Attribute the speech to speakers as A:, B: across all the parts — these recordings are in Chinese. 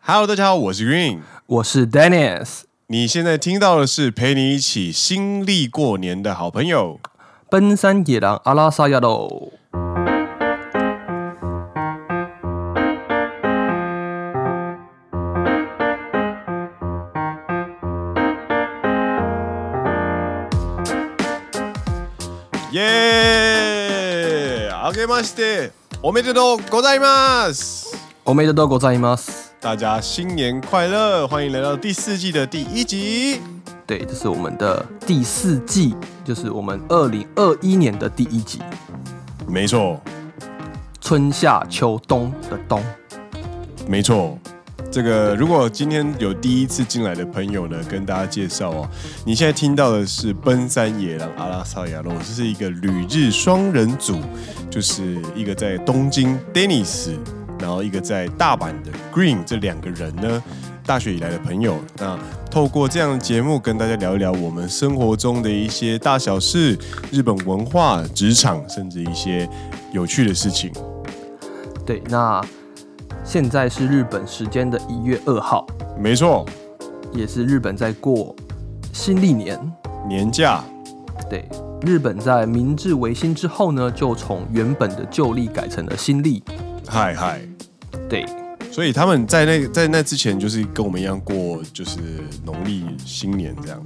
A: Hello，大家好，我是云。
B: 我是 Dennis，
A: 你现在听到的是陪你一起新历过年的好朋友。
B: 奔山野狼阿拉萨亚喽。
A: 耶！あけましておめでとうございます。
B: 我们的豆狗在吗？
A: 大家新年快乐！欢迎来到第四季的第一集。
B: 对，这是我们的第四季，就是我们二零二一年的第一集，
A: 没错，
B: 春夏秋冬的冬。
A: 没错。这个如果今天有第一次进来的朋友呢，跟大家介绍哦，你现在听到的是奔山野狼阿拉萨亚罗，这是一个旅日双人组，就是一个在东京 Dennis，然后一个在大阪的 Green，这两个人呢，大学以来的朋友，那透过这样的节目跟大家聊一聊我们生活中的一些大小事、日本文化、职场，甚至一些有趣的事情。
B: 对，那现在是日本时间的一月二号，
A: 没错，
B: 也是日本在过新历年。
A: 年假
B: 对，日本在明治维新之后呢，就从原本的旧历改成了新历。
A: 嗨嗨，
B: 对，
A: 所以他们在那在那之前就是跟我们一样过，就是农历新年这样。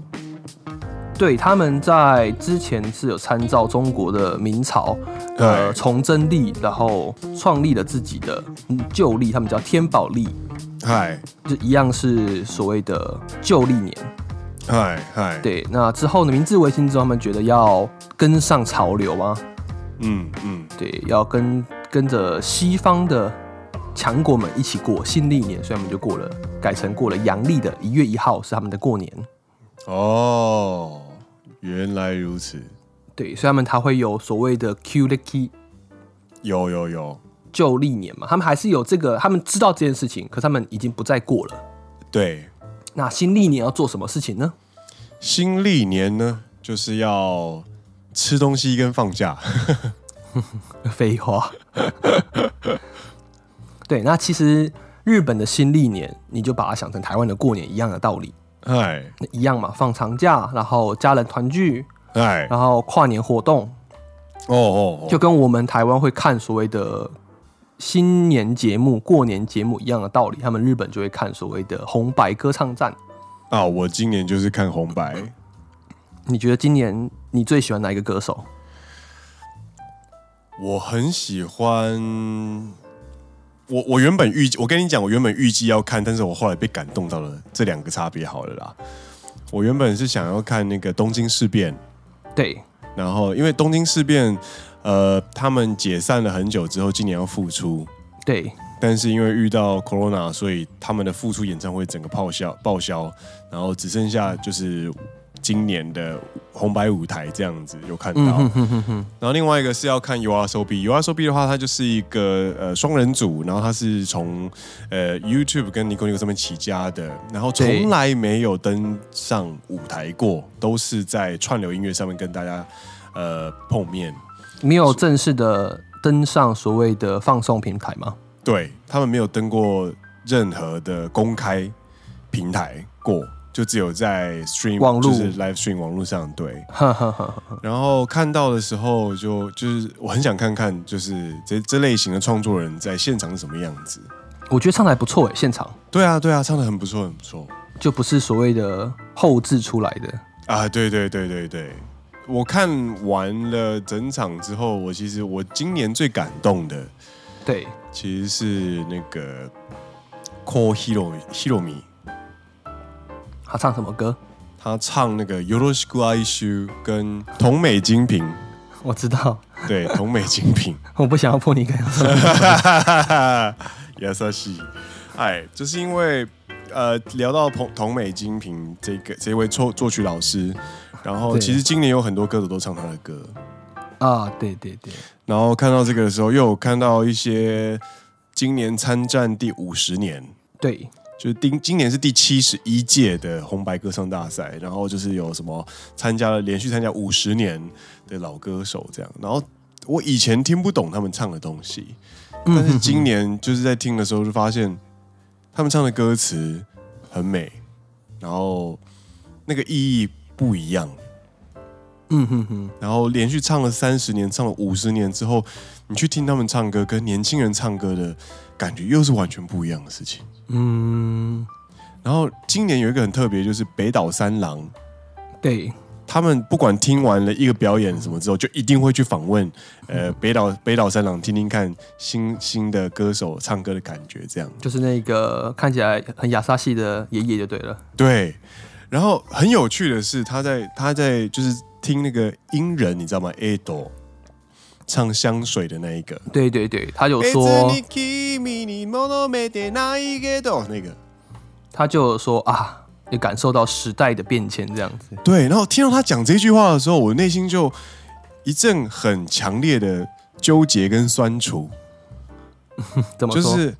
B: 对，他们在之前是有参照中国的明朝，
A: 对
B: 呃，崇祯历，然后创立了自己的嗯旧历，他们叫天宝历，
A: 嗨
B: 就一样是所谓的旧历年。
A: 嗨嗨，，
B: 对，那之后呢，明治维新之后，他们觉得要跟上潮流嘛，
A: 嗯嗯，
B: 对，要跟跟着西方的强国们一起过新历年，所以他们就过了，改成过了阳历的一月一号是他们的过年。
A: 哦，原来如此，
B: 对，所以他们他会有所谓的 Q 历。
A: 有有有，
B: 旧历年嘛，他们还是有这个，他们知道这件事情，可是他们已经不再过了。
A: 对，
B: 那新历年要做什么事情呢？
A: 新历年呢就是要吃东西跟放假，
B: 废话。 对，那其实日本的新历年，你就把它想成台湾的过年一样的道理，
A: 嗨
B: 那一样嘛，放长假，然后家人团聚，
A: 嗨，
B: 然后跨年活动，
A: 哦哦，
B: 啊就跟我们台湾会看所谓的新年节目、过年节目一样的道理，他们日本就会看所谓的红白歌唱战。
A: 哦啊，我今年就是看红白，
B: 你觉得今年你最喜欢哪一个歌手？
A: 我很喜欢。我我原本预计，我跟你讲，我原本预计要看，但是我后来被感动到了。这两个差别好了啦。我原本是想要看那个东京事变，
B: 对，
A: 然后因为东京事变，呃，他们解散了很久之后，今年要复出，
B: 对，
A: 但是因为遇到 corona，所以他们的复出演唱会整个报销报销，然后只剩下就是今年的红白舞台这样子有看到。然后另外一个是要看 U R S O B，U R S O B 的话，它就是一个呃双人组，然后它是从呃 YouTube 跟 Nico Nico 上面起家的，然后
B: 对
A: 从来没有登上舞台过，都是在串流音乐上面跟大家呃碰面。
B: 没有正式的登上所谓的放送平台吗？
A: 对他们没有登过任何的公开平台过，就只有在 stream
B: 网
A: 就
B: 路
A: 是 live stream 网络上对。
B: 呵呵呵呵
A: 然后看到的时候就就是我很想看看，就是这这类型的创作人在现场是什么样子。
B: 我觉得唱的还不错诶，现场
A: 对啊，对啊，唱的很不错，很不错
B: 就不是所谓的后置出来的。
A: 啊！对对对对对，我看完了整场之后，我其实我今年最感动的
B: 对，
A: 其实是那个 Call Hero Hero Mi，
B: 他唱什么歌？
A: 他唱那个《y o r o s h i k u a i s h u 跟同美精品，
B: 我知道，
A: 对，同美精品。
B: 我不想要破你梗。
A: 亚瑟西，哎，就是因为呃聊到同同美精品这个这位作作曲老师，然后
B: 对
A: 其实今年有很多歌手都唱他的歌，
B: 啊，对对对，
A: 然后看到这个的时候，又有看到一些今年参战第五十年，
B: 对
A: 就是今今年是第七十一届的红白歌唱大赛，然后就是有什么参加了连续参加五十年的老歌手这样，然后我以前
B: 嗯
A: 听不懂他们唱的东西，但是今年就是在听的时候就发现他们唱的歌词很美，然后那个意义不一样。
B: 嗯哼哼，
A: 然后连续唱了三十年，唱了五十年之后，你去听他们唱歌，跟年轻人唱歌的感觉又是完全不一样的事情。
B: 嗯，
A: 然后今年有一个很特别，就是北岛三郎，
B: 对，
A: 他们不管听完了一个表演什么之后，就一定会去访问呃北岛北岛三郎，听听看新新的歌手唱歌的感觉，这样
B: 就是那个看起来很亚萨系的爷爷就对了。
A: 对。然后很有趣的是，他在他在就是听那个音人，你知道吗？Ado 唱香水的那一个，
B: 对对对，他有说，
A: 別に君に求めてないけど E 那个
B: 他就有说啊，也感受到时代的变迁这样子。
A: 对，然后听到他讲这句话的时候，我内心就一阵很强烈的纠结跟酸楚，
B: 怎么
A: 就
B: 说？
A: 是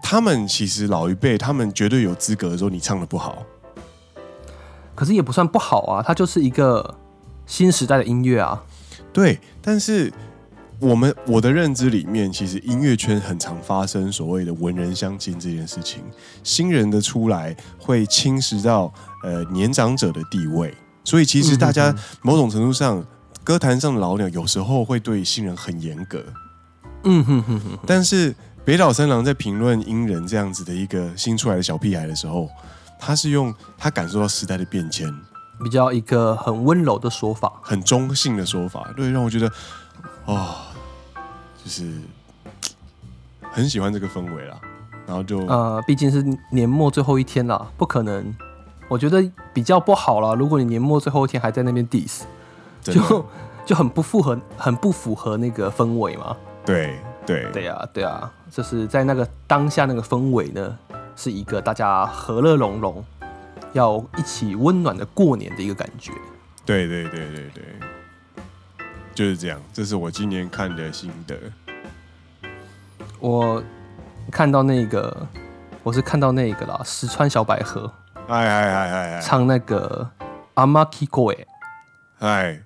A: 他们其实老一辈，他们绝对有资格说你唱的不好，
B: 可是也不算不好啊，它就是一个新时代的音乐啊。
A: 对，但是。我们我的认知里面，其实音乐圈很常发生所谓的文人相亲这件事情，新人的出来会侵蚀到呃年长者的地位，所以其
B: 嗯
A: 实大家某种程度上，歌坛上的老鸟有时候会对新人很严格，
B: 嗯哼哼哼，
A: 但是北岛三郎在评论音人这样子的一个新出来的小屁孩的时候，他是用他感受到时代的变迁，
B: 比较一个很温柔的说法。
A: 很中性的说法，对，让我觉得，哦，就是嘖很喜欢这个氛围啦。然后就、
B: 呃，毕竟是年末最后一天啦，不可能。我觉得比较不好啦，如果你年末最后一天还在那边 diss，
A: 真的
B: 就就很不符合，很不符合那个氛围嘛。
A: 对对
B: 对啊，对啊，就是在那个当下那个氛围呢，是一个大家和乐融融，要一起温暖的过年的一个感觉。
A: 对对对对对，就是这样。这是我今年看的心得。
B: 我看到那个，我是看到那个啦，石川小百合
A: 哎哎哎哎哎
B: 唱那个《阿玛基过诶
A: 哎，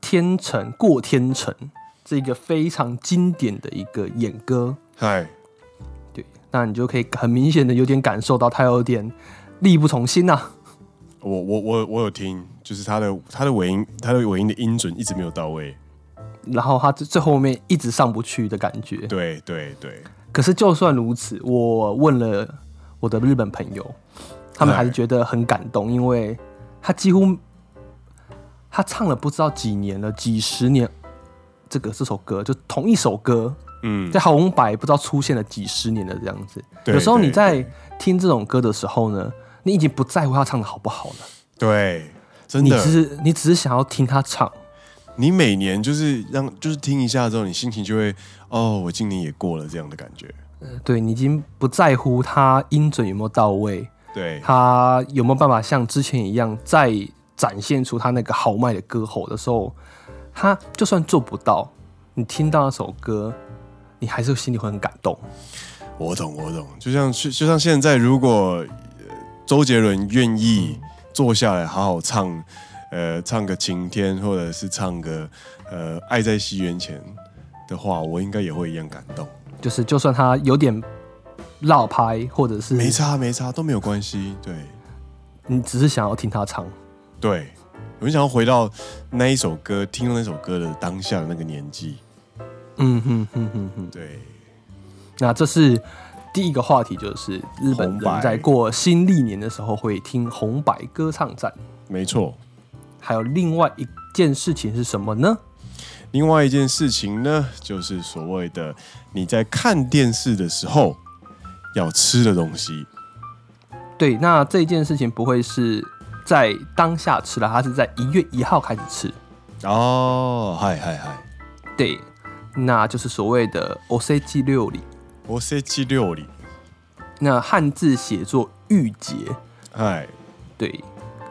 B: 天成过天成》，这个非常经典的一个演歌。
A: 嗨，
B: 对，那你就可以很明显的有点感受到他有点力不从心呐、啊
A: 我我我我有听，就是他的他的尾音，他的尾音的音准一直没有到位。
B: 然后他最最后面一直上不去的感觉。
A: 对对对，
B: 可是就算如此，我问了我的日本朋友，他们还是觉得很感动，因为他几乎他唱了不知道几年了，几十年，这个这首歌就同一首歌，
A: 嗯，
B: 在红白不知道出现了几十年了这样子。
A: 对
B: 有时候你
A: 对
B: 在听这种歌的时候呢，你已经不在乎他唱的好不好了，
A: 对，真
B: 你
A: 的，
B: 只是你只是想要听他唱。
A: 你每年就是让就是听一下之后，你心情就会哦，我今年也过了这样的感觉。
B: 对你已经不在乎他音准有没有到位，
A: 对，
B: 他有没有办法像之前一样再展现出他那个豪迈的歌喉的时候，他就算做不到，你听到那首歌，你还是心里会很感动。
A: 我懂我懂，就像就就像现在，如果、呃周杰伦愿意坐下来好好唱，呃，唱个《晴天》或者是唱个呃《爱在西元前》的话，我应该也会一样感动。
B: 就是就算他有点绕拍，或者是
A: 没差没差都没有关系，对
B: 你只是想要听他唱，
A: 对，我就想要回到那一首歌，听到那首歌的当下的那个年纪，
B: 嗯哼哼哼哼。
A: 对。
B: 那这是第一个话题，就是日本
A: 红白
B: 人在过新历年的时候会听红白歌唱战。
A: 没错。
B: 还有另外一件事情是什么呢？
A: 另外一件事情呢，就是所谓的你在看电视的时候要吃的东西。
B: 对，那这件事情不会是在当下吃了，它是在一月一号开始吃。
A: 哦，嗨嗨嗨，
B: 对，那就是所谓的 o c g 料理，
A: 我 C 七六里，
B: 那汉字写作御节，
A: 嗨
B: 对，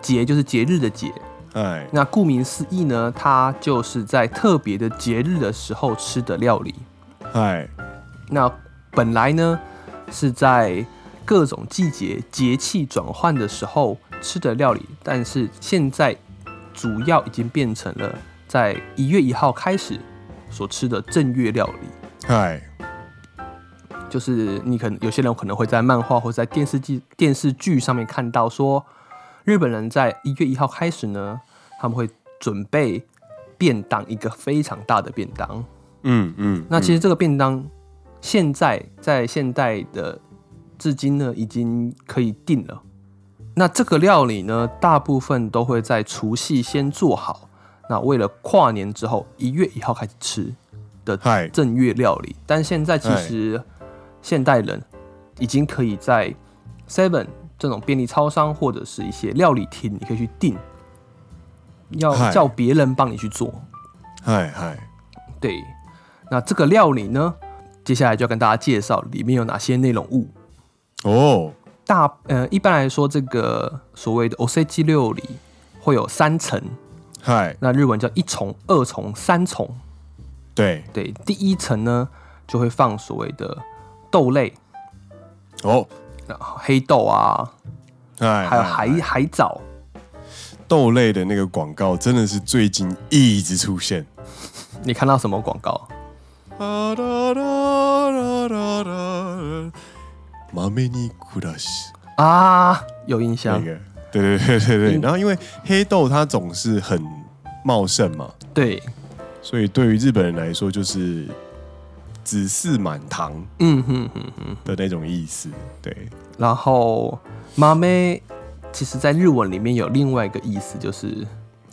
B: 节就是节日的节。
A: 嗨，
B: 那顾名思义呢，它就是在特别的节日的时候吃的料理。
A: 嗨，
B: 那本来呢是在各种季节节气转换的时候吃的料理，但是现在主要已经变成了在一月一号开始所吃的正月料理。
A: 嗨，
B: 就是你可能有些人可能会在漫画或者在电视剧电视剧上面看到说，日本人在一月一号开始呢，他们会准备便当一个非常大的便当。
A: 嗯嗯，
B: 那其
A: 实
B: 实这个便当现在在现代的至今呢，已经可以定了。那这个料理呢，大部分都会在除夕先做好，那为了跨年之后一月一号开始吃的
A: 嗨，
B: 正月料理。但现在
A: 哎
B: 其实现代人已经可以在 Seven 这种便利超商或者是一些料理厅，你可以去订，要
A: 嗨
B: 叫别人帮你去做。
A: 嗨嗨，
B: 对，那这个料理呢，接下来就要跟大家介绍里面有哪些内容物。
A: 哦，
B: 大呃，一般来说，这个所谓的 O C G 料理会有三层，
A: 嗨，
B: 那日文叫一重、二重、三重。
A: 对，
B: 对，第一层呢就会放所谓的豆类，
A: 哦，
B: 然后黑豆啊，
A: 嗨，
B: 还有
A: 嗨
B: 海海藻。
A: 豆类的那个广告真的是最近一直出现。
B: 你看到什么广告？
A: 啊哒哒哒哒哒，马梅尼库拉西
B: 啊，有印
A: 那
B: 象，
A: 个，对对对对对。
B: 嗯
A: 然后因为黑豆它总是很茂盛嘛，
B: 对，
A: 所以对于日本人来说就是子嗣满堂
B: 嗯哼哼哼。
A: 的那种意思。对，
B: 然后妈妹，其实在日文里面有另外一个意思，就是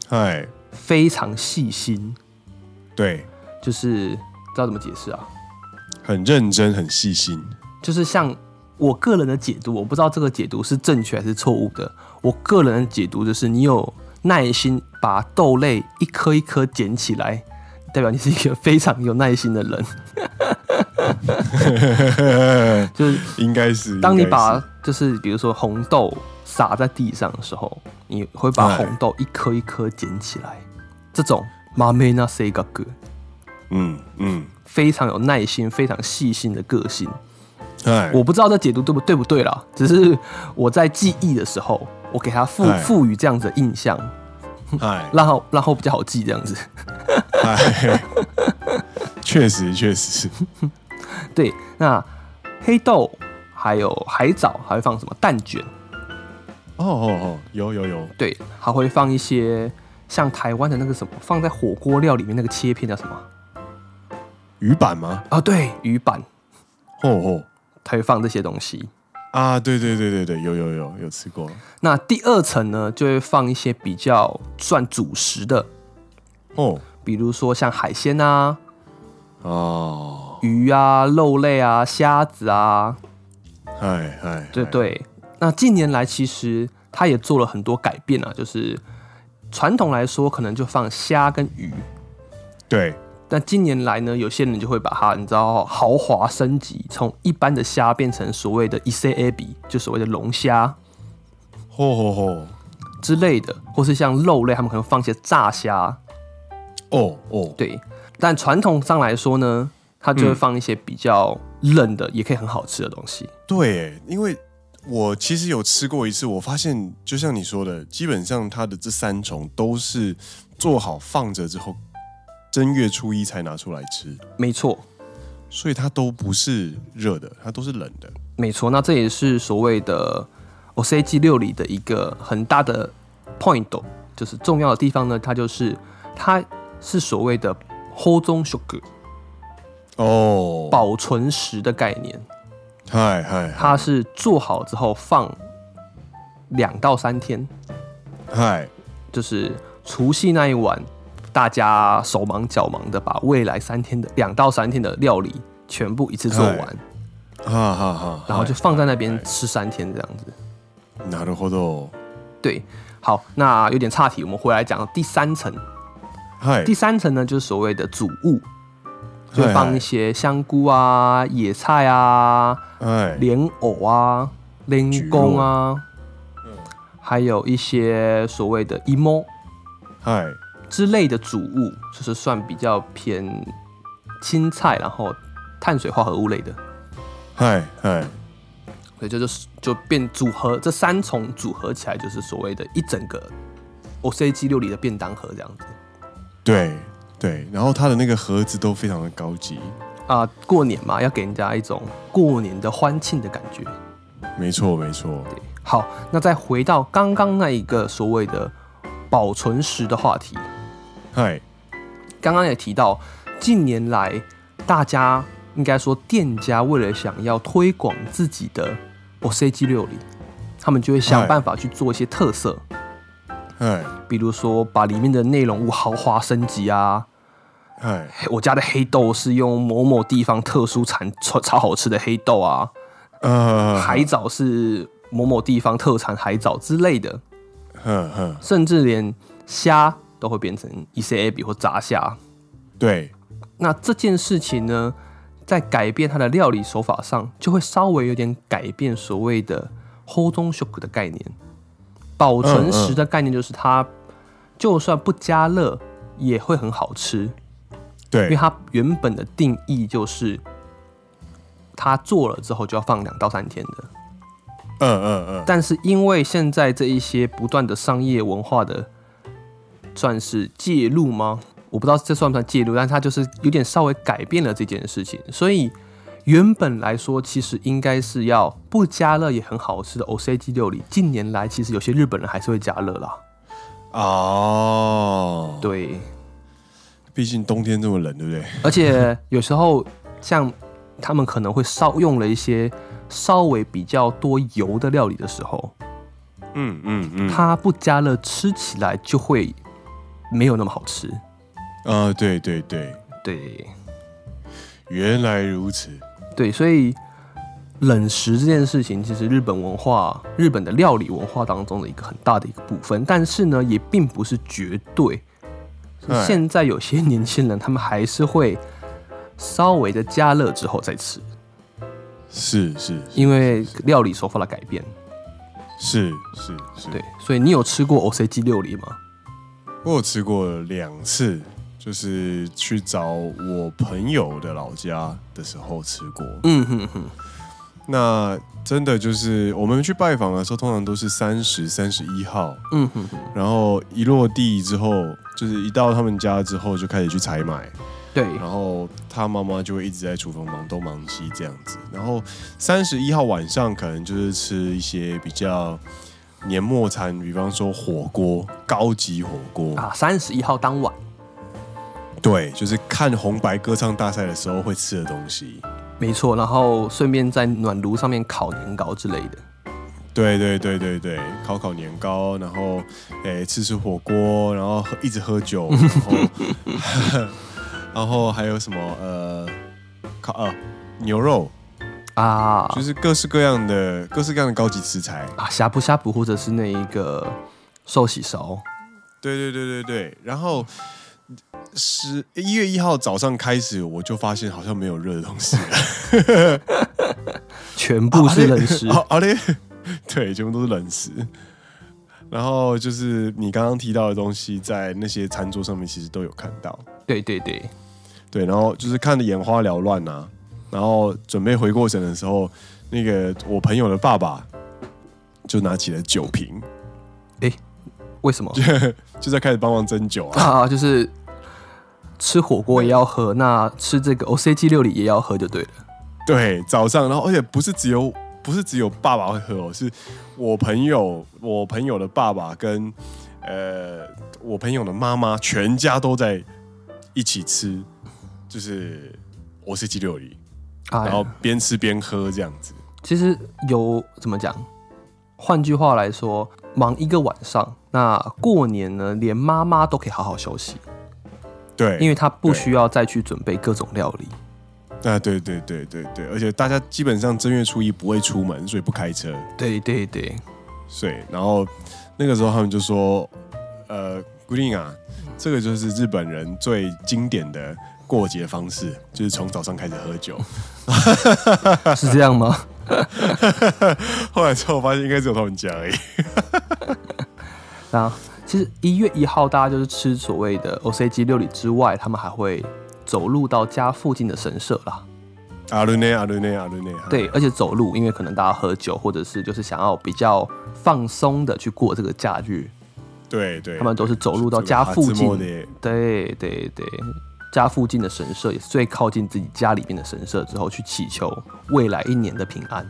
A: 嗨，
B: 非常细心，
A: 对，
B: 就是知道怎么解释啊？
A: 很认真，很细心。
B: 就是像我个人的解读，我不知道这个解读是正确还是错误的。我个人的解读就是，你有耐心把豆类一颗一颗捡起来，代表你是一个非常有耐心的人。 就是
A: 应该是，
B: 当你
A: 应该是
B: 把就是比如说红豆撒在地上的时候，你会把
A: 哎
B: 红豆一颗一颗捡起来，这种妈妹那是一个个
A: 嗯嗯，
B: 非常有耐心、非常细心的个性。
A: 嗨，
B: 我不知道这解读对不对不对啦，只是我在记忆的时候，我给它赋
A: 哎
B: 赋予这样子的印象，
A: 嗨
B: 然后然后比较好记这样子。
A: 嗨， 确实确实，
B: 对，那黑豆还有海藻还会放什么蛋卷？
A: 哦哦哦，有有有，
B: 对，还会放一些像台湾的那个什么，放在火锅料里面那个切片叫什么？
A: 鱼板吗？
B: 啊、对，鱼板，
A: 哦哦
B: 它会放这些东西。
A: 啊，对对对对对，有有有有吃过。
B: 那第二层呢，就会放一些比较算主食的，
A: 哦
B: 比如说像海鲜啊、
A: 哦，
B: 鱼啊、肉类啊、虾子啊，
A: 嗨嗨，
B: 对对。那近年来其实它也做了很多改变啊，就是传统来说可能就放虾跟鱼，
A: 对，
B: 但近年来呢，有些人就会把它你知道豪华升级，从一般的虾变成所谓的 i s e a b i 就所谓的龙虾
A: 吼吼吼，
B: 之类的，或是像肉类，他们可能放一些炸虾，
A: 哦哦，
B: 对，但传统上来说呢，它就会放一些比较冷的，也可以很好吃的东西。
A: 对耶，因为我其实有吃过一次，我发现就像你说的，基本上它的这三重都是做好放着之后，正月初一才拿出来吃，
B: 没错，
A: 所以它都不是热的，它都是冷的。
B: 没错。那这也是所谓的 O C G 六里的一个很大的 point，就是哦重要的地方呢，它就是它是所谓的 hold 中 sugar
A: 哦，
B: 保存食的概念，
A: 嗨嗨嗨
B: 它是做好之后放两到三天，
A: 嗨，
B: 就是除夕那一晚，大家手忙脚忙的把未来三天的两到三天的料理全部一次做完，
A: 哈哈哈，
B: 然后就放在那边吃三天这样子。
A: なるほど。
B: 对，好，那有点岔题，我们回来讲第三层。
A: 嗨
B: 第，三层呢，就是所谓的主物，就
A: 嗨
B: 放一些香菇啊、野菜啊、
A: 嗨，
B: 莲藕啊、莲
A: 菊
B: 公
A: 络
B: 啊，还有一些所谓的一摸。
A: 嗨，
B: 之类的主物，就是算比较偏青菜，然后碳水化合物类的，
A: 嗨，嗨，
B: 所以这就是就变组合这三重组合起来，就是所谓的一整个 O C G 六里的便当盒这样子。
A: 对对，然后它的那个盒子都非常的高级，
B: 啊、过年嘛，要给人家一种过年的欢庆的感觉。
A: 没错，没错，
B: 好，那再回到刚刚那一个所谓的保存食的话题，
A: 嗨，
B: 刚刚也提到，近年来大家应该说店家为了想要推广自己的呃 o c g 料理，他们就会想
A: 哎
B: 办法去做一些特色，
A: 嗨，
B: 比如说把里面的内容物豪华升级啊。
A: 嗨，
B: 嘿我家的黑豆是用某某地方特殊产超超好吃的黑豆啊，
A: 呃，
B: 海藻是某某地方特产海藻之类的，
A: 哼哼，
B: 甚至连虾都会变成一些 A B 或炸虾。
A: 对，
B: 那这件事情呢，在改变它的料理手法上，就会稍微有点改变所谓的 hold on shock 的概念。保存食的概念就是它就算不加热也会很好吃，因为
A: 对，
B: 它原本的定义就是它做了之后就要放两到三天的。
A: 嗯嗯嗯，
B: 但是因为现在这一些不断的商业文化的算是介入吗？我不知道这算不算介入，但是它就是有点稍微改变了这件事情。所以原本来说，其实应该是要不加热也很好吃的 OCG 料理，近年来其实有些日本人还是会加热啦。
A: 哦，
B: 对，
A: 毕竟冬天这么冷，对不对？
B: 而且有时候像他们可能会稍用了一些稍微比较多油的料理的时候，
A: 嗯嗯嗯，
B: 它不加热吃起来就会没有那么好吃。
A: 呃，对对对，
B: 对
A: 原来如此，
B: 对，所以冷食这件事情，其实日本文化、日本的料理文化当中的一个很大的一个部分，但是呢，也并不是绝对。
A: 哎
B: 现在有些年轻人，他们还是会稍微的加热之后再吃，
A: 是是
B: 因为料理手法的改变。
A: 是是是，
B: 对，所以你有吃过 O C G 料理吗？
A: 我有吃过两次，就是去找我朋友的老家的时候吃过。
B: 嗯哼哼，
A: 那真的就是我们去拜访的时候，通常都是三十、三十一号，
B: 嗯哼哼，
A: 然后一落地之后，就是一到他们家之后就开始去采买，
B: 对，
A: 然后他妈妈就会一直在厨房忙东忙西这样子。然后三十一号晚上可能就是吃一些比较年末餐，比方说火锅，高级火锅
B: 啊，三十一号当晚，
A: 对，就是看红白歌唱大赛的时候会吃的东西。
B: 没错，然后顺便在暖炉上面烤年糕之类的。
A: 对对对对对，烤烤年糕，然后诶、吃吃火锅，然后喝一直喝 酒，然后然后 还有什么呃烤呃牛肉，
B: 啊，
A: 就是各式各样的各式各样的高级食材。
B: 啊，呷哺呷哺，或者是那一个寿喜烧，
A: 对对对对对，然后。十一月一号早上开始，我就发现好像没有热的东西 了，
B: 全部是冷食。
A: 好好嘞，啊对， 全部都是冷食。然后就是你刚刚提到的东西，在那些餐桌上面其实都有看到，
B: 对对对，
A: 对，然后就是看得眼花缭乱啊。然后准备回过神的时候，那个我朋友的爸爸就拿起了酒瓶，
B: 为什么
A: 就在开始帮忙斟酒啊。
B: 啊？就是吃火锅也要喝，那吃这个 O C G 六里也要喝就对了。
A: 对，早上，然后而且不是只有不是只有爸爸会喝哦，是我朋友我朋友的爸爸跟呃我朋友的妈妈，全家都在一起吃，就是我是鸡六里，
B: 啊
A: 然，后边吃边喝这样子。
B: 其实有怎么讲？换句话来说，忙一个晚上，那过年呢，连妈妈都可以好好休息，
A: 对，
B: 因为她不
A: 对
B: 需要再去准备各种料理。
A: 啊，对对对对对，而且大家基本上正月初一不会出门，所以不开车，
B: 对对对，
A: 所以然后那个时候他们就说，呃，固定啊，这个就是日本人最经典的过节方式，就是从早上开始喝酒。
B: 是这样吗？
A: 后来之后发现应该只有他们家而已。
B: 那其实一月一号大家就是吃所谓的 O C G 六里之外，他们还会走路到家附近的神社啦。
A: 阿伦内，阿伦内，阿伦内。
B: 对，而且走路，因为可能大家喝酒，或者是就是想要比较放松的去过这个假日，
A: 对对，
B: 他们都是走路到家附近。
A: 的。
B: 对对对，家附近的神社，也是最靠近自己家里面的神社之后，去祈求未来一年的平安。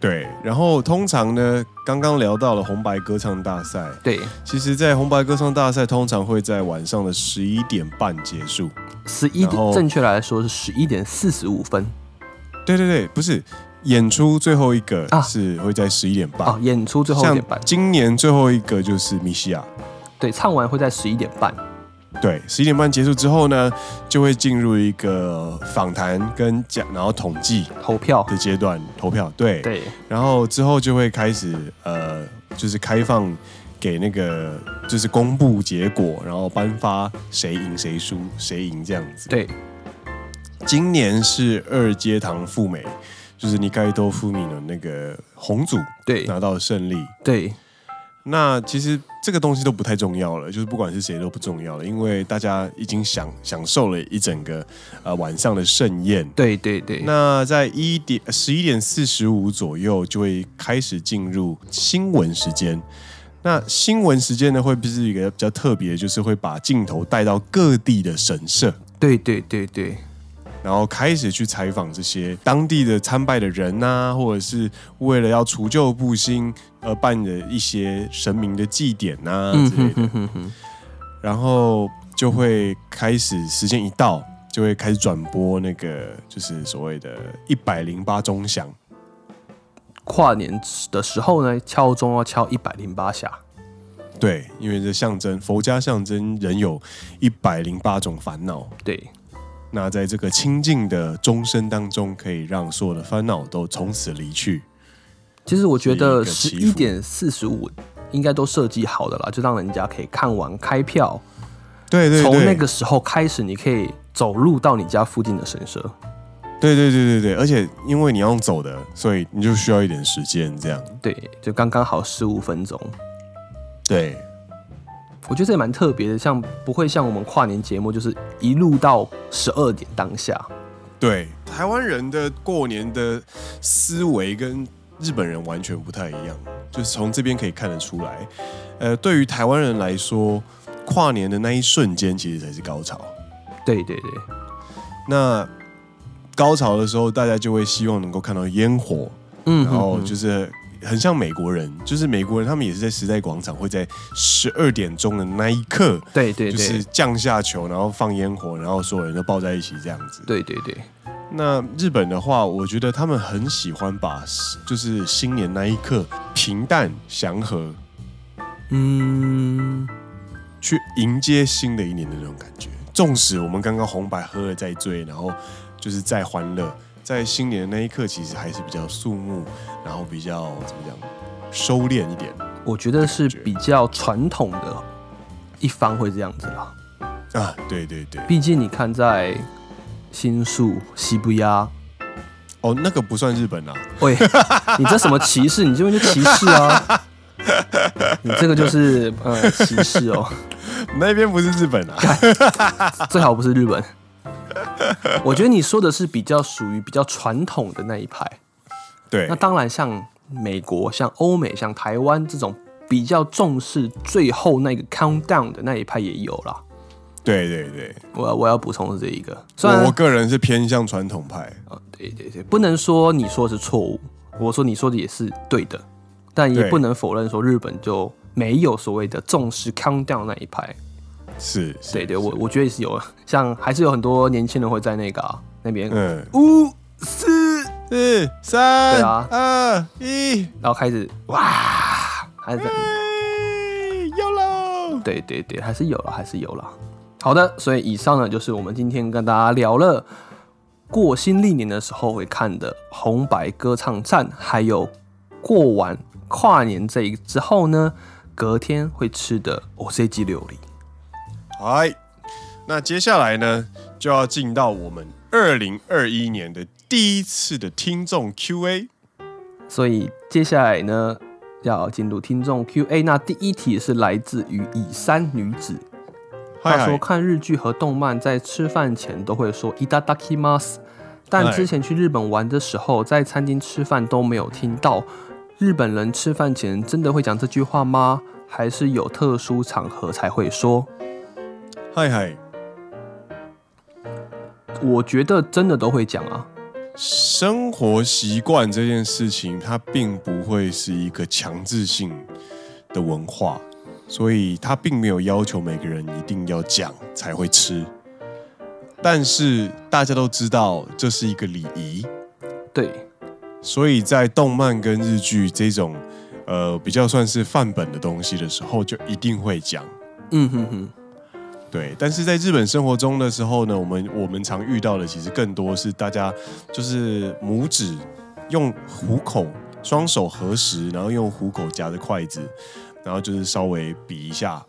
A: 对，然后通常呢，刚刚聊到了红白歌唱大赛，
B: 对，
A: 其实，在红白歌唱大赛通常会在晚上的十一点半结束。
B: 十一
A: 然后
B: 点正确来说是十一点四十五分
A: 对对对，不是演出最后一个
B: 啊
A: 是会在十一点半。
B: 啊，演出最后一点半
A: 像，今年最后一个就是米西亚，
B: 对，唱完会在十一点半，
A: 对，十一点半结束之后呢，就会进入一个访谈跟讲，然后统计
B: 投票，
A: 的阶段投票，对，
B: 对，
A: 然后之后就会开始呃，就是开放给那个就是公布结果，然后颁发谁赢谁输谁赢这样子。
B: 对，
A: 今年是二阶堂富美，就是尼盖多夫米的那个红组
B: 对，
A: 拿到胜利。
B: 对，
A: 那其实这个东西都不太重要了，就是不管是谁都不重要了，因为大家已经享享受了一整个呃晚上的盛宴。
B: 对，对，对，
A: 那在一点十一点四十五左右就会开始进入新闻时间。那新闻时间呢，会不是一个比较特别，就是会把镜头带到各地的神社，
B: 对，对，对，对，
A: 然后开始去采访这些当地的参拜的人呐、或者是为了要除旧布新而办的一些神明的祭典呐、
B: 嗯
A: 之类
B: 哼
A: 的。
B: 哼哼哼，
A: 然后就会开始时间一到，就会开始转播那个就是所谓的一百零八钟响。
B: 跨年的时候呢，敲钟要敲一百零八下，
A: 对，因为这象征佛家象征人有一百零八种烦恼，
B: 对，
A: 那在这个清净的钟声当中，可以让所有的烦恼都从此离去。
B: 其实我觉得
A: 是
B: 十
A: 一个
B: 一
A: 祈
B: 点四十五应该都设计好的啦，就让人家可以看完开票，
A: 对对对，
B: 从那个时候开始，你可以走路到你家附近的神社。
A: 对对对对对，而且因为你要用走的，所以你就需要一点时间，这样
B: 对，就刚刚好十五分钟，
A: 对。
B: 我觉得这也蛮特别的，像不会像我们跨年节目，就是一路到十二点当下。
A: 对，台湾人的过年的思维跟日本人完全不太一样，就是从这边可以看得出来。呃，对于台湾人来说，跨年的那一瞬间其实才是高潮。
B: 对对对，
A: 那高潮的时候，大家就会希望能够看到烟火，
B: 嗯，
A: 然后
B: 嗯嗯
A: 就是很像美国人，就是美国人他们也是在时代广场会在十二点钟的那一刻，
B: 对对
A: 就
B: 对、
A: 是降下球，然后放烟火，然后所有人都抱在一起这样子。
B: 对对对，
A: 那日本的话，我觉得他们很喜欢把就是新年那一刻平淡祥和
B: 嗯，
A: 去迎接新的一年的那种感觉。纵使我们刚刚红白喝了再醉，然后就是再欢乐，在新年的那一刻，其实还是比较肃穆，然后比较怎么讲收敛一点
B: 我觉得是比较传统的一方会这样子啦。
A: 啊。对对对，
B: 毕竟你看在新宿、西布亚，
A: 哦，那个不算日本啊，
B: 喂，你这什么歧视？你这边就歧视啊！你这个就是呃歧视哦，
A: 那边不是日本啊。
B: 最好不是日本。我觉得你说的是比较属于比较传统的那一派。
A: 对
B: 那，当然，像美国、像欧美、像台湾这种比较重视最后那个 countdown 的那一派也有啦。
A: 对对 对，
B: 我我要补充的这一个，虽然
A: 我我个人是偏向传统派。
B: 啊，对对对，不能说你说的是错误，我说你说的也是对的，但也
A: 嗯对
B: 不能否认说日本就没有所谓的重视 countdown 那一派。
A: 是，是
B: 对对，我我觉得也是有，像还是有很多年轻人会在那个、啊、那边，
A: 嗯，
B: 五四，
A: 四三
B: 对啊
A: 二一，
B: 然后开始哇，还是在
A: 哎有喽！
B: 对对对，还是有了，还是有了。好的，所以以上呢就是我们今天跟大家聊了过新历年的时候会看的红白歌唱战，还有过完跨年这一之后呢，隔天会吃的 OCG 六梨。
A: 嗨，那接下来呢，就要进到我们二零二一年的第一次的听众 Q&A。
B: 所以接下来呢，要进入听众 Q&A。那第一题是来自于乙三女子，他说
A: 嗨，
B: 看日剧和动漫在吃饭前都会说 i t a d a k i m a s 但之前去日本玩的时候，在餐厅吃饭都没有听到。日本人吃饭前真的会讲这句话吗？还是有特殊场合才会说？
A: 嗨嗨，
B: 我觉得真的都会讲啊。
A: 生活习惯这件事情，它并不会是一个强制性的文化，所以它并没有要求每个人一定要讲才会吃。但是大家都知道这是一个礼仪，
B: 对，
A: 所以在动漫跟日剧这种呃比较算是范本的东西的时候，就一定会讲。
B: 嗯哼哼，
A: 对，但是在日本生活中的时候呢，我们我们常遇到的其实更多是大家就是拇指用虎口，双手合十，然后用虎口夹着筷子，然后就是稍微比一下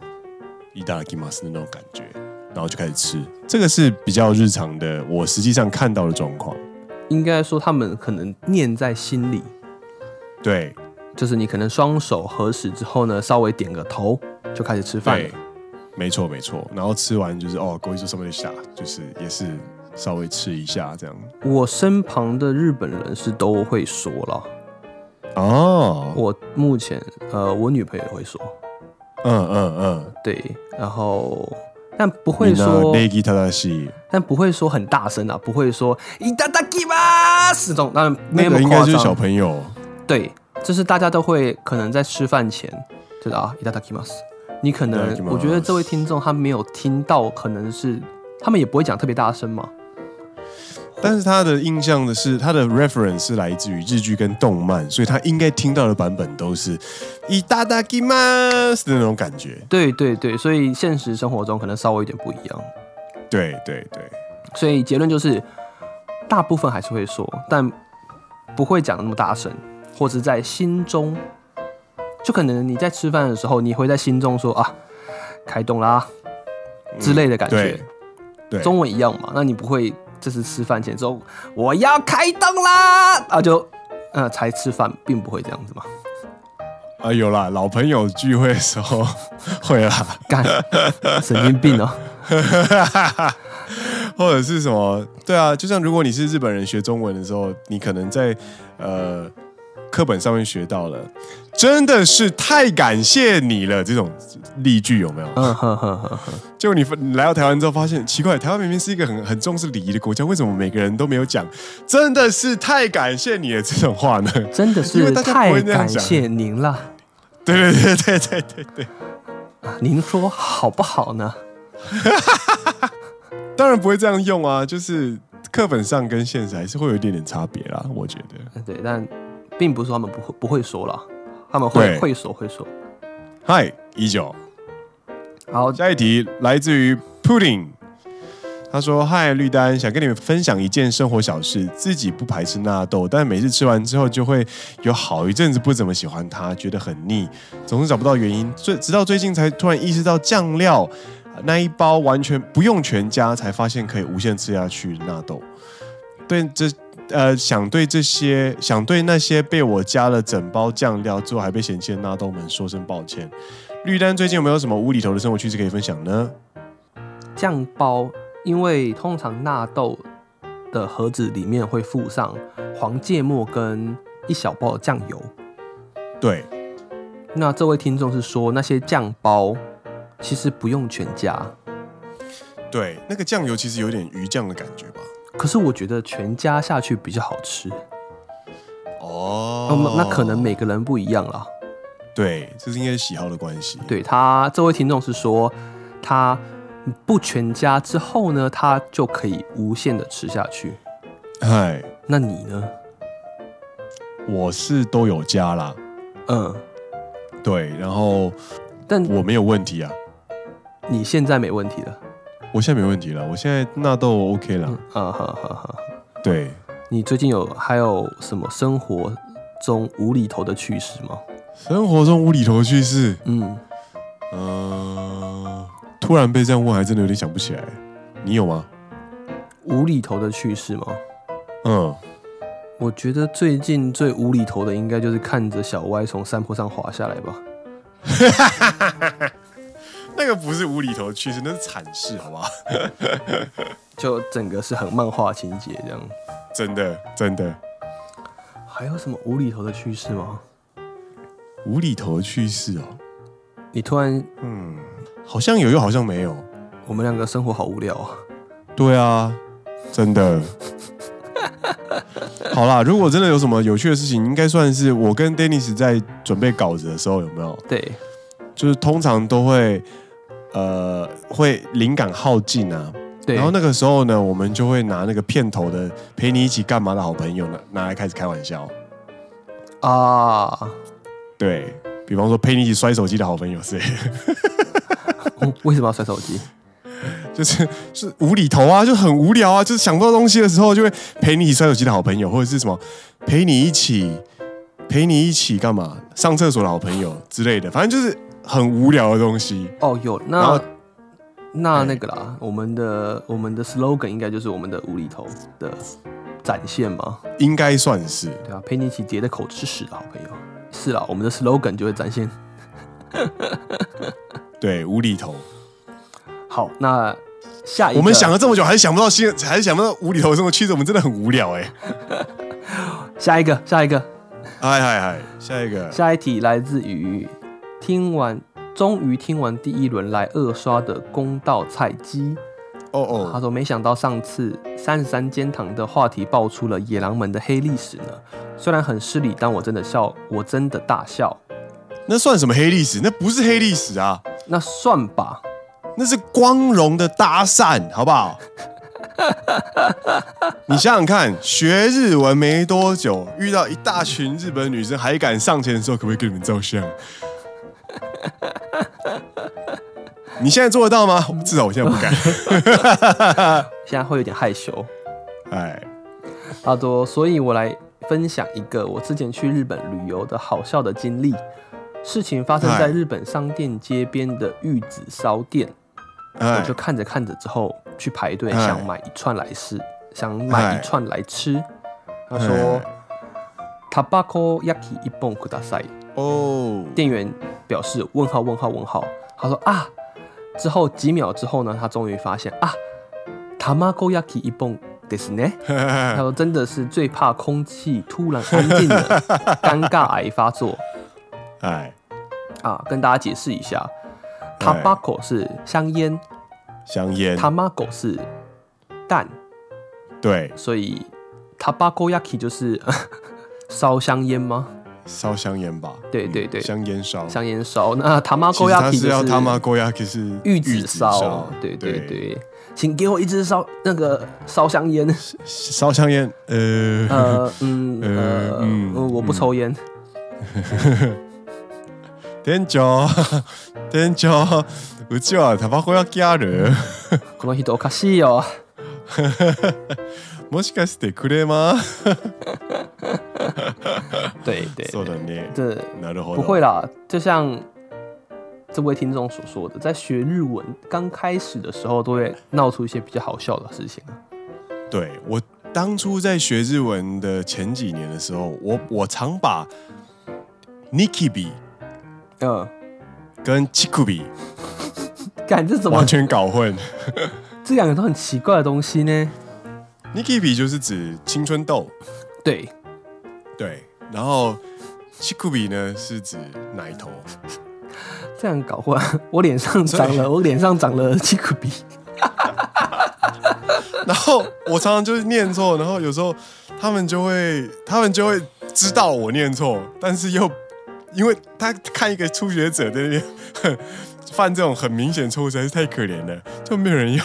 A: 伊达拉基马斯的那种感觉，然后就开始吃。这个是比较日常的，我实际上看到的状况。
B: 应该说他们可能念在心里，
A: 对，
B: 就是你可能双手合十之后呢，稍微点个头就开始吃饭
A: 对
B: 了。
A: 没错没错。然后吃完就是哦，过去就上面下，就是也是稍微吃一下这样。
B: 我身旁的日本人是都会说了，
A: 哦，
B: 我目前呃，我女朋友也会说，
A: 嗯嗯嗯，
B: 对，然后但
A: 你
B: 不会
A: 呢
B: 说，
A: 礼儀正しい
B: 但不会说很大声啊，不会说いただきます这种，那没
A: 那个
B: 么
A: 应该
B: 夸
A: 就是小
B: 张。
A: 朋友，
B: 对，就是大家都会可能在吃饭前，知道啊，いただきます。你可
A: いただき
B: 能
A: ます
B: 我觉得这位听众他没有听到，可能是他们也不会讲特别大声嘛。
A: 但是他的印象的是他的 reference 是来自于日剧跟动漫，所以他应该听到的版本都是いただきます的那种感觉。
B: 对对对，所以现实生活中可能稍微有点不一样。
A: 对对对，
B: 所以结论就是，大部分还是会说，但不会讲那么大声，或者在心中，就可能你在吃饭的时候，你会在心中说啊，开动啦之类的感觉。
A: 嗯对对，
B: 中文一样嘛，那你不会这是吃饭前之后我要开动啦啊就呃才吃饭，并不会这样子嘛。
A: 啊、有啦，老朋友聚会的时候 会啦，
B: 干，神经病哦、
A: 或者是什么？对啊，就像如果你是日本人学中文的时候，你可能在呃课本上面学到了，真的是太感谢你了这种例句有没有？
B: 嗯哼哼哼哼，
A: 结果你分你来到台湾之后，发现奇怪，台湾明明是一个很很重视礼仪的国家，为什么每个人都没有讲？真的是太感谢你了这种话呢？
B: 真的
A: 因
B: 是
A: 为大家不
B: 太
A: 会那样
B: 感
A: 讲
B: 谢您了，
A: 对对对对对对对，
B: 啊您说好不好呢？
A: 当然不会这样用啊，就是课本上跟现实还是会有一点点差别啦，我觉得。
B: 对，但并不是说他们不会不会说了，他们会
A: 对
B: 会说会说。
A: 嗨，一九，
B: 然后
A: 下一题来自于 Pudding。他说：“嗨，绿丹，想跟你们分享一件生活小事。自己不排斥纳豆，但每次吃完之后就会有好一阵子不怎么喜欢它，觉得很腻，总是找不到原因。最直到最近才突然意识到酱料呃那一包完全不用全加，才发现可以无限吃下去纳豆。对这呃，想对这些想对那些被我加了整包酱料之后还被嫌弃的纳豆们说声抱歉。绿丹最近有没有什么无厘头的生活趣事可以分享呢？
B: 酱包，因为通常纳豆的盒子里面会附上黄芥末跟一小包的酱油。
A: 对，
B: 那这位听众是说，那些酱包其实不用全加，
A: 对，那个酱油其实有点鱼酱的感觉吧。
B: 可是我觉得全加下去比较好吃。
A: 哦
B: 那、么那可能每个人不一样啦。
A: 对，这是应该是喜好的关系。
B: 对他，这位听众是说，他不全加之后呢，他就可以无限的吃下去。
A: 嗨，
B: 那你呢？
A: 我是都有加啦，
B: 嗯，
A: 对，然后
B: 但
A: 我没有问题啊，
B: 你现在没问题了。
A: 我现在没问题了，我现在纳豆 OK 了。
B: 嗯，啊哈哈哈。
A: 对，
B: 你最近有还有什么生活中无厘头的趣事吗？
A: 生活中无厘头的趣事，
B: 嗯，
A: 嗯、突然被这样问，还真的有点想不起来。你有吗？
B: 无厘头的趣事吗？
A: 嗯，
B: 我觉得最近最无厘头的应该就是看着小歪从山坡上滑下来吧。
A: 那个不是无厘头的趣事，那是惨事，好不好？
B: 就整个是很漫画情节这样。
A: 真的，真的。
B: 还有什么无厘头的趣事吗？
A: 无厘头的趣事哦，
B: 你突然，
A: 好像有又好像没有。
B: 我们两个生活好无聊啊。
A: 对啊，真 的。好啦，如果真的有什么有趣的事情，应该算是我跟 Dennis 在准备稿子的时候，有没有？
B: 对，
A: 就是通常都会呃会灵感耗尽啊。
B: 对，
A: 然后那个时候呢，我们就会拿那个片头的陪你一起干嘛的好朋友拿拿来开始开玩笑。
B: 啊，
A: 对比方说陪你一起摔手机的好朋友是谁，
B: 我 为什么要摔手机？
A: 就是 是无厘头啊，就很无聊啊，就是想不到东西的时候就会陪你一起摔手机的好朋友，或者是什么陪你一起陪你一起干嘛上厕所的好朋友之类的，反正就是很无聊的东西。
B: 哦，有
A: 然后
B: 那那
A: 哎
B: 那个啦，我们的我们的 slogan 应该就是我们的无厘头的展现嘛，
A: 应该算是
B: 对啊，陪你一起叠着口吃屎的好朋友，是啦，我们的 slogan 就会展现。
A: 对无厘头。
B: 好，那下一个
A: 我们想了这么久，还是想不到新，还是想不到无厘头的生活其实我们真的很无聊哎、
B: 下一个下一个
A: 嗨嗨嗨，下一个
B: 下一题来自于听完终于听完第一轮来二刷的公道菜鸡。
A: 哦
B: 他
A: 哦，
B: 说：“没想到上次三十三间堂的话题爆出了野狼们的黑历史呢。虽然很失礼，但我真的笑，我真的大笑。
A: 那算什么黑历史？那不是黑历史啊，
B: 那算吧，
A: 那是光荣的搭讪，好不 好？你想想看，学日文没多久，遇到一大群日本女生，还敢上前的时候，可不可以跟你们照相？你现在做得到吗？至少我现在不 敢。
B: 现在会有点害羞。
A: 哎，”
B: 他说：“所以我来分享一个我之前去日本旅游的好笑的经历。事情发生在
A: 嗨
B: 日本商店街边的玉子烧店，我
A: 哎
B: 就，看着看着之后去排队，
A: 哎
B: 想买一串来吃，想买
A: 哎
B: 一串来吃。他说：“タバコ焼き一本ください。”
A: 哦，
B: 店员表示问号问号问号，他说啊，之后几秒之后呢，他终于发现啊，卵焼き一本ですね。 他说真的是最怕空气突然安静了， 尴尬癌发作
A: 哎，
B: 啊！跟大家解释一下
A: 哎
B: ，tobacco 是香烟
A: 香烟，
B: ，tamago 是蛋，
A: 对，
B: 所以 tobacco yaki 就是 烧香烟吗？
A: 哦烧香烟吧？
B: 对对
A: 嗯
B: 对
A: 香烟烧。
B: 香烟烧，那
A: 其
B: tamago
A: 实它
B: yaki
A: 是要
B: 就是
A: 他妈锅鸭，可是
B: 玉子烧，对对对，，请给我一支烧那个烧香 烟。
A: 烧香烟，呃，
B: 呃嗯
A: 呃
B: 呃
A: 嗯
B: 嗯，我不抽烟。
A: 天 骄，天骄，我就啊，他妈锅鸭加人，
B: この人おかしいよ。
A: もしかしてくれ吗？
B: 对对，
A: そうだね。
B: 这
A: なるほ
B: 不
A: ど。
B: 会啦。就像这位听众所说的，在学日文刚开始的时候，都会闹出一些比较好笑的事情。啊
A: 对我当初在学日文的前几年的时候，我我常把 nikibi
B: 嗯，
A: 跟 chikubi
B: 感这怎么
A: 完全搞混。
B: 这两个都很奇怪的东西呢？
A: nikibi 就是指青春痘，
B: 对，
A: 对，然后 chikubi 呢是指奶头。
B: 这样搞混，我脸上长了，我脸上长了鸡骨鼻。
A: 然后我常常就是念错，然后有时候他们就会，他们就会知道我念错，但是又因为他看一个初学者在那边 哼犯这种很明显错误，实在是太可怜了，就没有人要，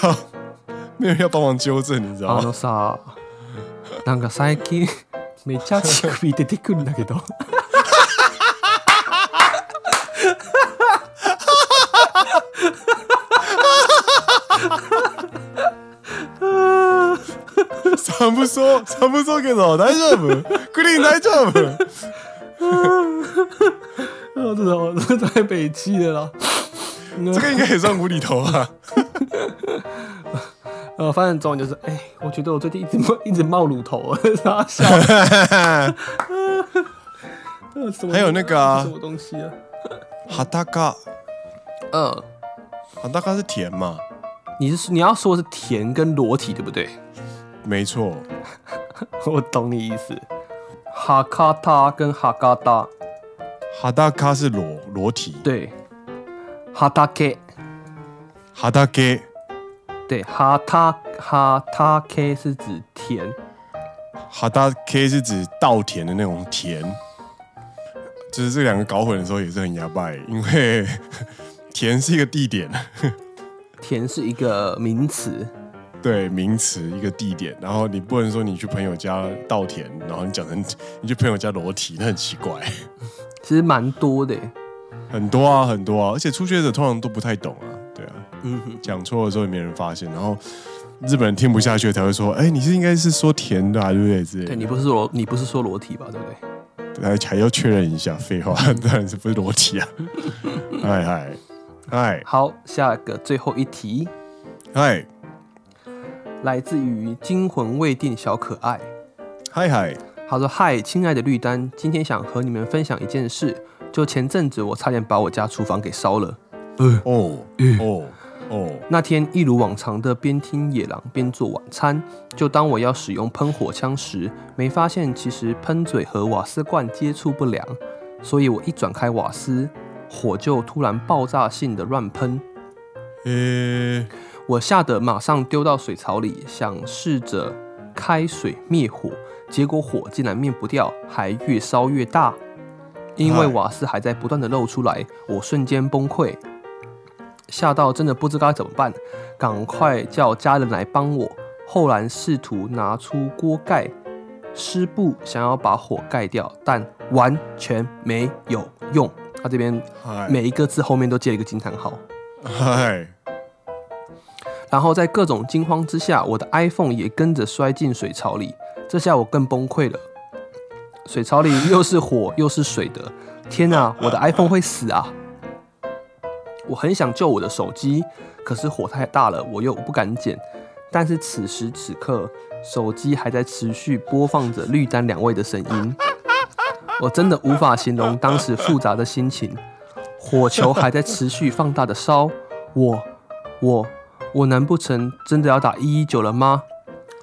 A: 没有人要帮忙纠正，你知道
B: あ
A: 吗？
B: のさ、なんか最近 めっちゃ乳首出てくるんだけど。
A: 三不说，三不说给老大丈夫，规定大丈夫。
B: 啊，这种这太北气了啦。
A: 这个应该也算无厘头啊。
B: 呃，反正总就是，哎、我觉得我最近一直 冒一直冒乳头，傻笑。呃什么
A: 还有那个啊
B: 什么东西啊？
A: 哈达嘎，
B: 嗯，
A: 哈达嘎是甜嘛？
B: 你是你要说的是甜跟裸体对不对？
A: 没错，
B: 我懂你意思。哈卡塔跟哈嘎达，
A: 哈达嘎是裸裸体，
B: 对，哈塔 K，
A: 哈达给
B: 对，哈塔哈他 K 是指甜，
A: 哈达 K 是指稻田的那种田，就是这两个搞混的时候也是很牙拜，因为 田是一个地点，
B: 甜是一个名词，
A: 对，名词一个地点，然后你不能说你去朋友家稻田，然后你讲成你去朋友家裸体，那很奇怪。
B: 其实蛮多的耶。
A: 很多啊，很多啊，而且初学者通常都不太懂啊，对啊，
B: 嗯哼，
A: 讲错的时候也没人发现，然后日本人听不下去才会说，哎、你是应该是说甜的、啊，对不对？之类
B: 对
A: 的，
B: 你不是裸，你不是说裸体吧？对不对？
A: 还还要确认一下，废话，当然是不是裸体啊？嗨嗨嗨
B: 好，下一个最后一题
A: 嗨
B: 来自于惊魂未定小可爱。
A: 嗨嗨，
B: 他说：“嗨，亲爱的绿丹，今天想和你们分享一件事。就前阵子我差点把我家厨房给烧了。
A: 哦哦哦，
B: 那天一如往常的边听野狼边做晚餐。就当我要使用喷火枪时，没发现其实喷嘴和瓦斯罐接触不良，所以我一转开瓦斯，火就突然爆炸性的乱喷。
A: 呃、
B: 我吓得马上丢到水槽里，想试着开水灭火，结果火竟然灭不掉，还越烧越大。因为
A: 嗨
B: 瓦斯还在不断的漏出来，我瞬间崩溃，吓到真的不知该怎么办，赶快叫家人来帮我。后来试图拿出锅盖、湿布，想要把火盖掉，但完全没有用。他这边
A: 嗨
B: 每一个字后面都接了一个惊叹号。
A: 嗨
B: 然后在各种惊慌之下，我的 iPhone 也跟着摔进水槽里，这下我更崩溃了。水槽里又是火 又是水的，天哪、我的 iPhone 会死啊！我很想救我的手机，可是火太大了，我又不敢捡。但是此时此刻，手机还在持续播放着绿丹两位的声音，我真的无法形容当时复杂的心情。火球还在持续放大的烧，我我我难不成真的要打一一九了吗？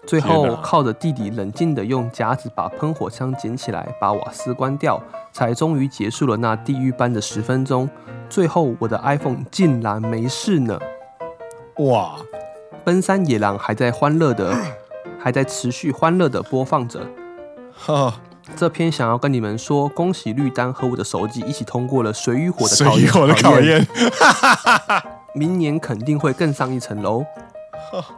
B: 最
A: 天
B: 后
A: 哪
B: 靠着弟弟冷静的用夹子把喷火枪捡起来，把瓦斯关掉，才终于结束了那地狱般的十分钟。最后我的 iPhone 竟然没事呢。
A: 哇，
B: 奔山野狼还在欢乐的，还在持续欢乐的播放着。
A: 哈哈，
B: 这篇想要跟你们说，恭喜绿丹和我的手机一起通过了水与火的
A: 水
B: 考
A: 以
B: 验，
A: 我的考验，
B: 明年肯定会更上一层楼。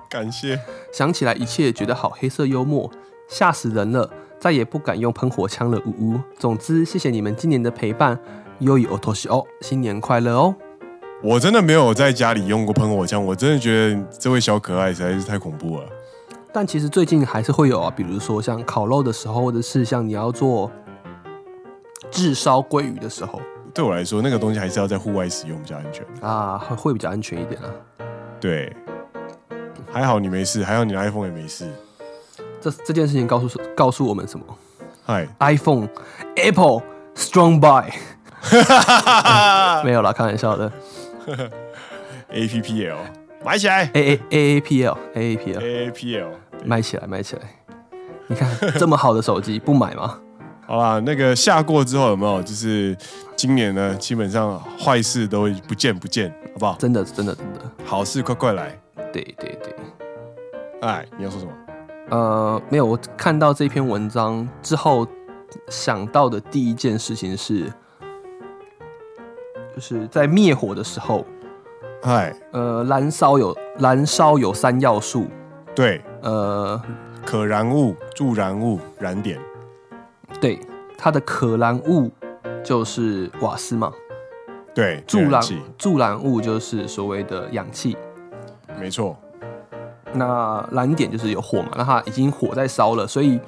A: 感谢，
B: 想起来一切觉得好黑色幽默，吓死人了，再也不敢用喷火枪了，呜呜。总之，谢谢你们今年的陪伴，优以お年を，新年快乐哦！
A: 我真的没有在家里用过喷火枪，我真的觉得这位小可爱实在是太恐怖了。
B: 但其实最近还是会有啊，比如说像烤肉的时候，或者是像你要做炙烧鲑鱼的时候
A: 对我来说，那个东西还是要在户外使用比较安全。
B: 啊，会会比较安全一点啊。
A: 对，还好你没事，还好你的 iPhone 也没事。
B: 这这件事情告诉告诉我们什么
A: 嗨，
B: ？iPhone、Apple、Strong By
A: 哈
B: 没有啦，开玩笑的。
A: A P P L 买起来
B: A A A A P L A A P L
A: ，A P L。
B: 买起来，买起来！你看这么好的手机不买吗？
A: 好啦，那个下过之后有没有？就是今年呢，基本上坏事都不见不见，好不好？
B: 真的，真的，真的，
A: 好事快快来！
B: 对对对。
A: 哎，你要说什么？
B: 呃，没有，我看到这篇文章之后想到的第一件事情是，就是在灭火的时候，
A: 嗨，
B: 呃，燃烧有燃烧有三要素，
A: 对，
B: 呃，
A: 可燃物、助燃物、燃点。
B: 对，它的可燃物就是瓦斯嘛，
A: 对，
B: 助
A: 燃
B: 燃
A: 气，
B: 助燃物就是所谓的氧气，
A: 没错。
B: 那燃点就是有火嘛，那它已经火在烧了，所以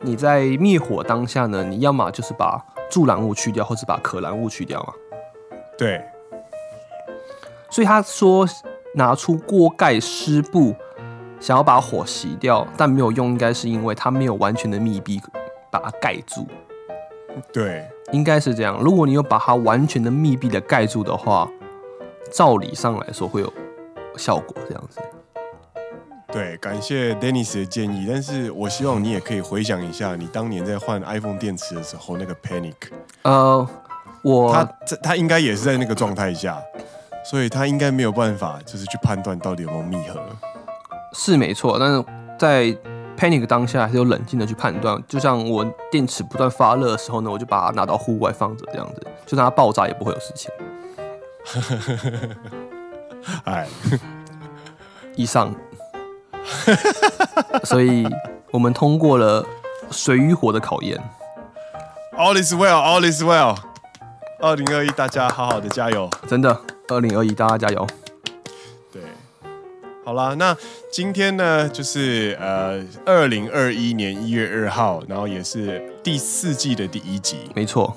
B: 你在灭火当下呢，你要么就是把助燃物去掉，或是把可燃物去掉嘛。
A: 对，
B: 所以他说拿出锅盖湿布，想要把火熄掉，但没有用，应该是因为它没有完全的密闭，把它盖住，
A: 对，
B: 应该是这样。如果你有把它完全的密闭的盖住的话，照理上来说会有效果这样子。
A: 对，感谢 Dennis 的建议，但是我希望你也可以回想一下，你当年在换 iPhone 电池的时候那个 panic，
B: 呃，我
A: 他这他应该也是在那个状态下，所以他应该没有办法就是去判断到底有没有密合。
B: 是没错，但是在 panic 当下还是有冷静的去判断。就像我电池不断发热的时候呢，我就把它拿到户外放着，这样子，就算它爆炸也不会有事情。
A: 哎，
B: 以上，所以我们通过了水与火的考验。
A: All is well, all is well。二零二一，大家好好的加油。
B: 真的，二零二一，大家加油！
A: 对，好啦，那今天呢，就是呃，二零二一年一月二号，然后也是第四季的第一集。
B: 没错，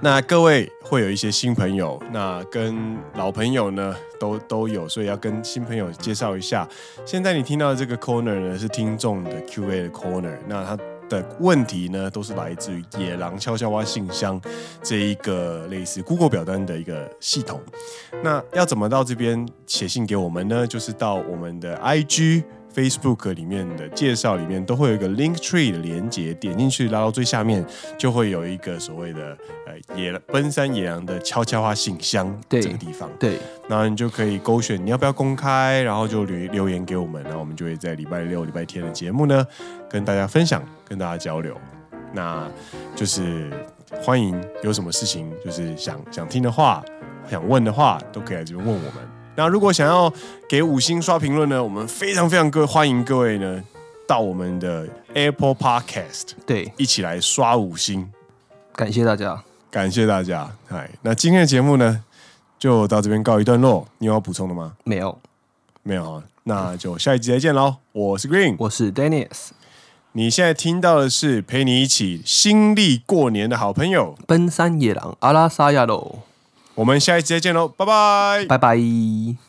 A: 那各位会有一些新朋友，那跟老朋友呢都都有，所以要跟新朋友介绍一下。现在你听到的这个 corner 呢是听众的 Q&A 的 corner，那它的问题呢都是来自于野狼悄悄话信箱这一个类似 Google 表单的一个系统。那要怎么到这边写信给我们呢？就是到我们的 IG。Facebook 里面的介绍里面都会有一个 Link Tree 的连接，点进去拉到最下面，就会有一个所谓的呃野奔山野狼的悄悄话信箱
B: 对
A: 这个地方，
B: 对，
A: 然后你就可以勾选你要不要公开，然后就留留言给我们，然后我们就会在礼拜六、礼拜天的节目呢跟大家分享，跟大家交流。那就是欢迎有什么事情，就是想想听的话，想问的话，都可以来这边问我们。那如果想要给五星刷评论呢，我们非常非常各欢迎各位呢到我们的 Apple Podcast
B: 对，
A: 一起来刷五星，
B: 感谢大家。
A: 感谢大家。嗨，那今天的节目呢就到这边告一段落，你有要补充的吗？
B: 没有，
A: 没有啊，那就下一集再见喽。我是 Green，
B: 我是 Dennis，
A: 你现在听到的是陪你一起新历过年的好朋友。
B: 奔山野狼阿拉萨亚喽，
A: 我们下一集再见喽，拜拜。
B: 拜拜。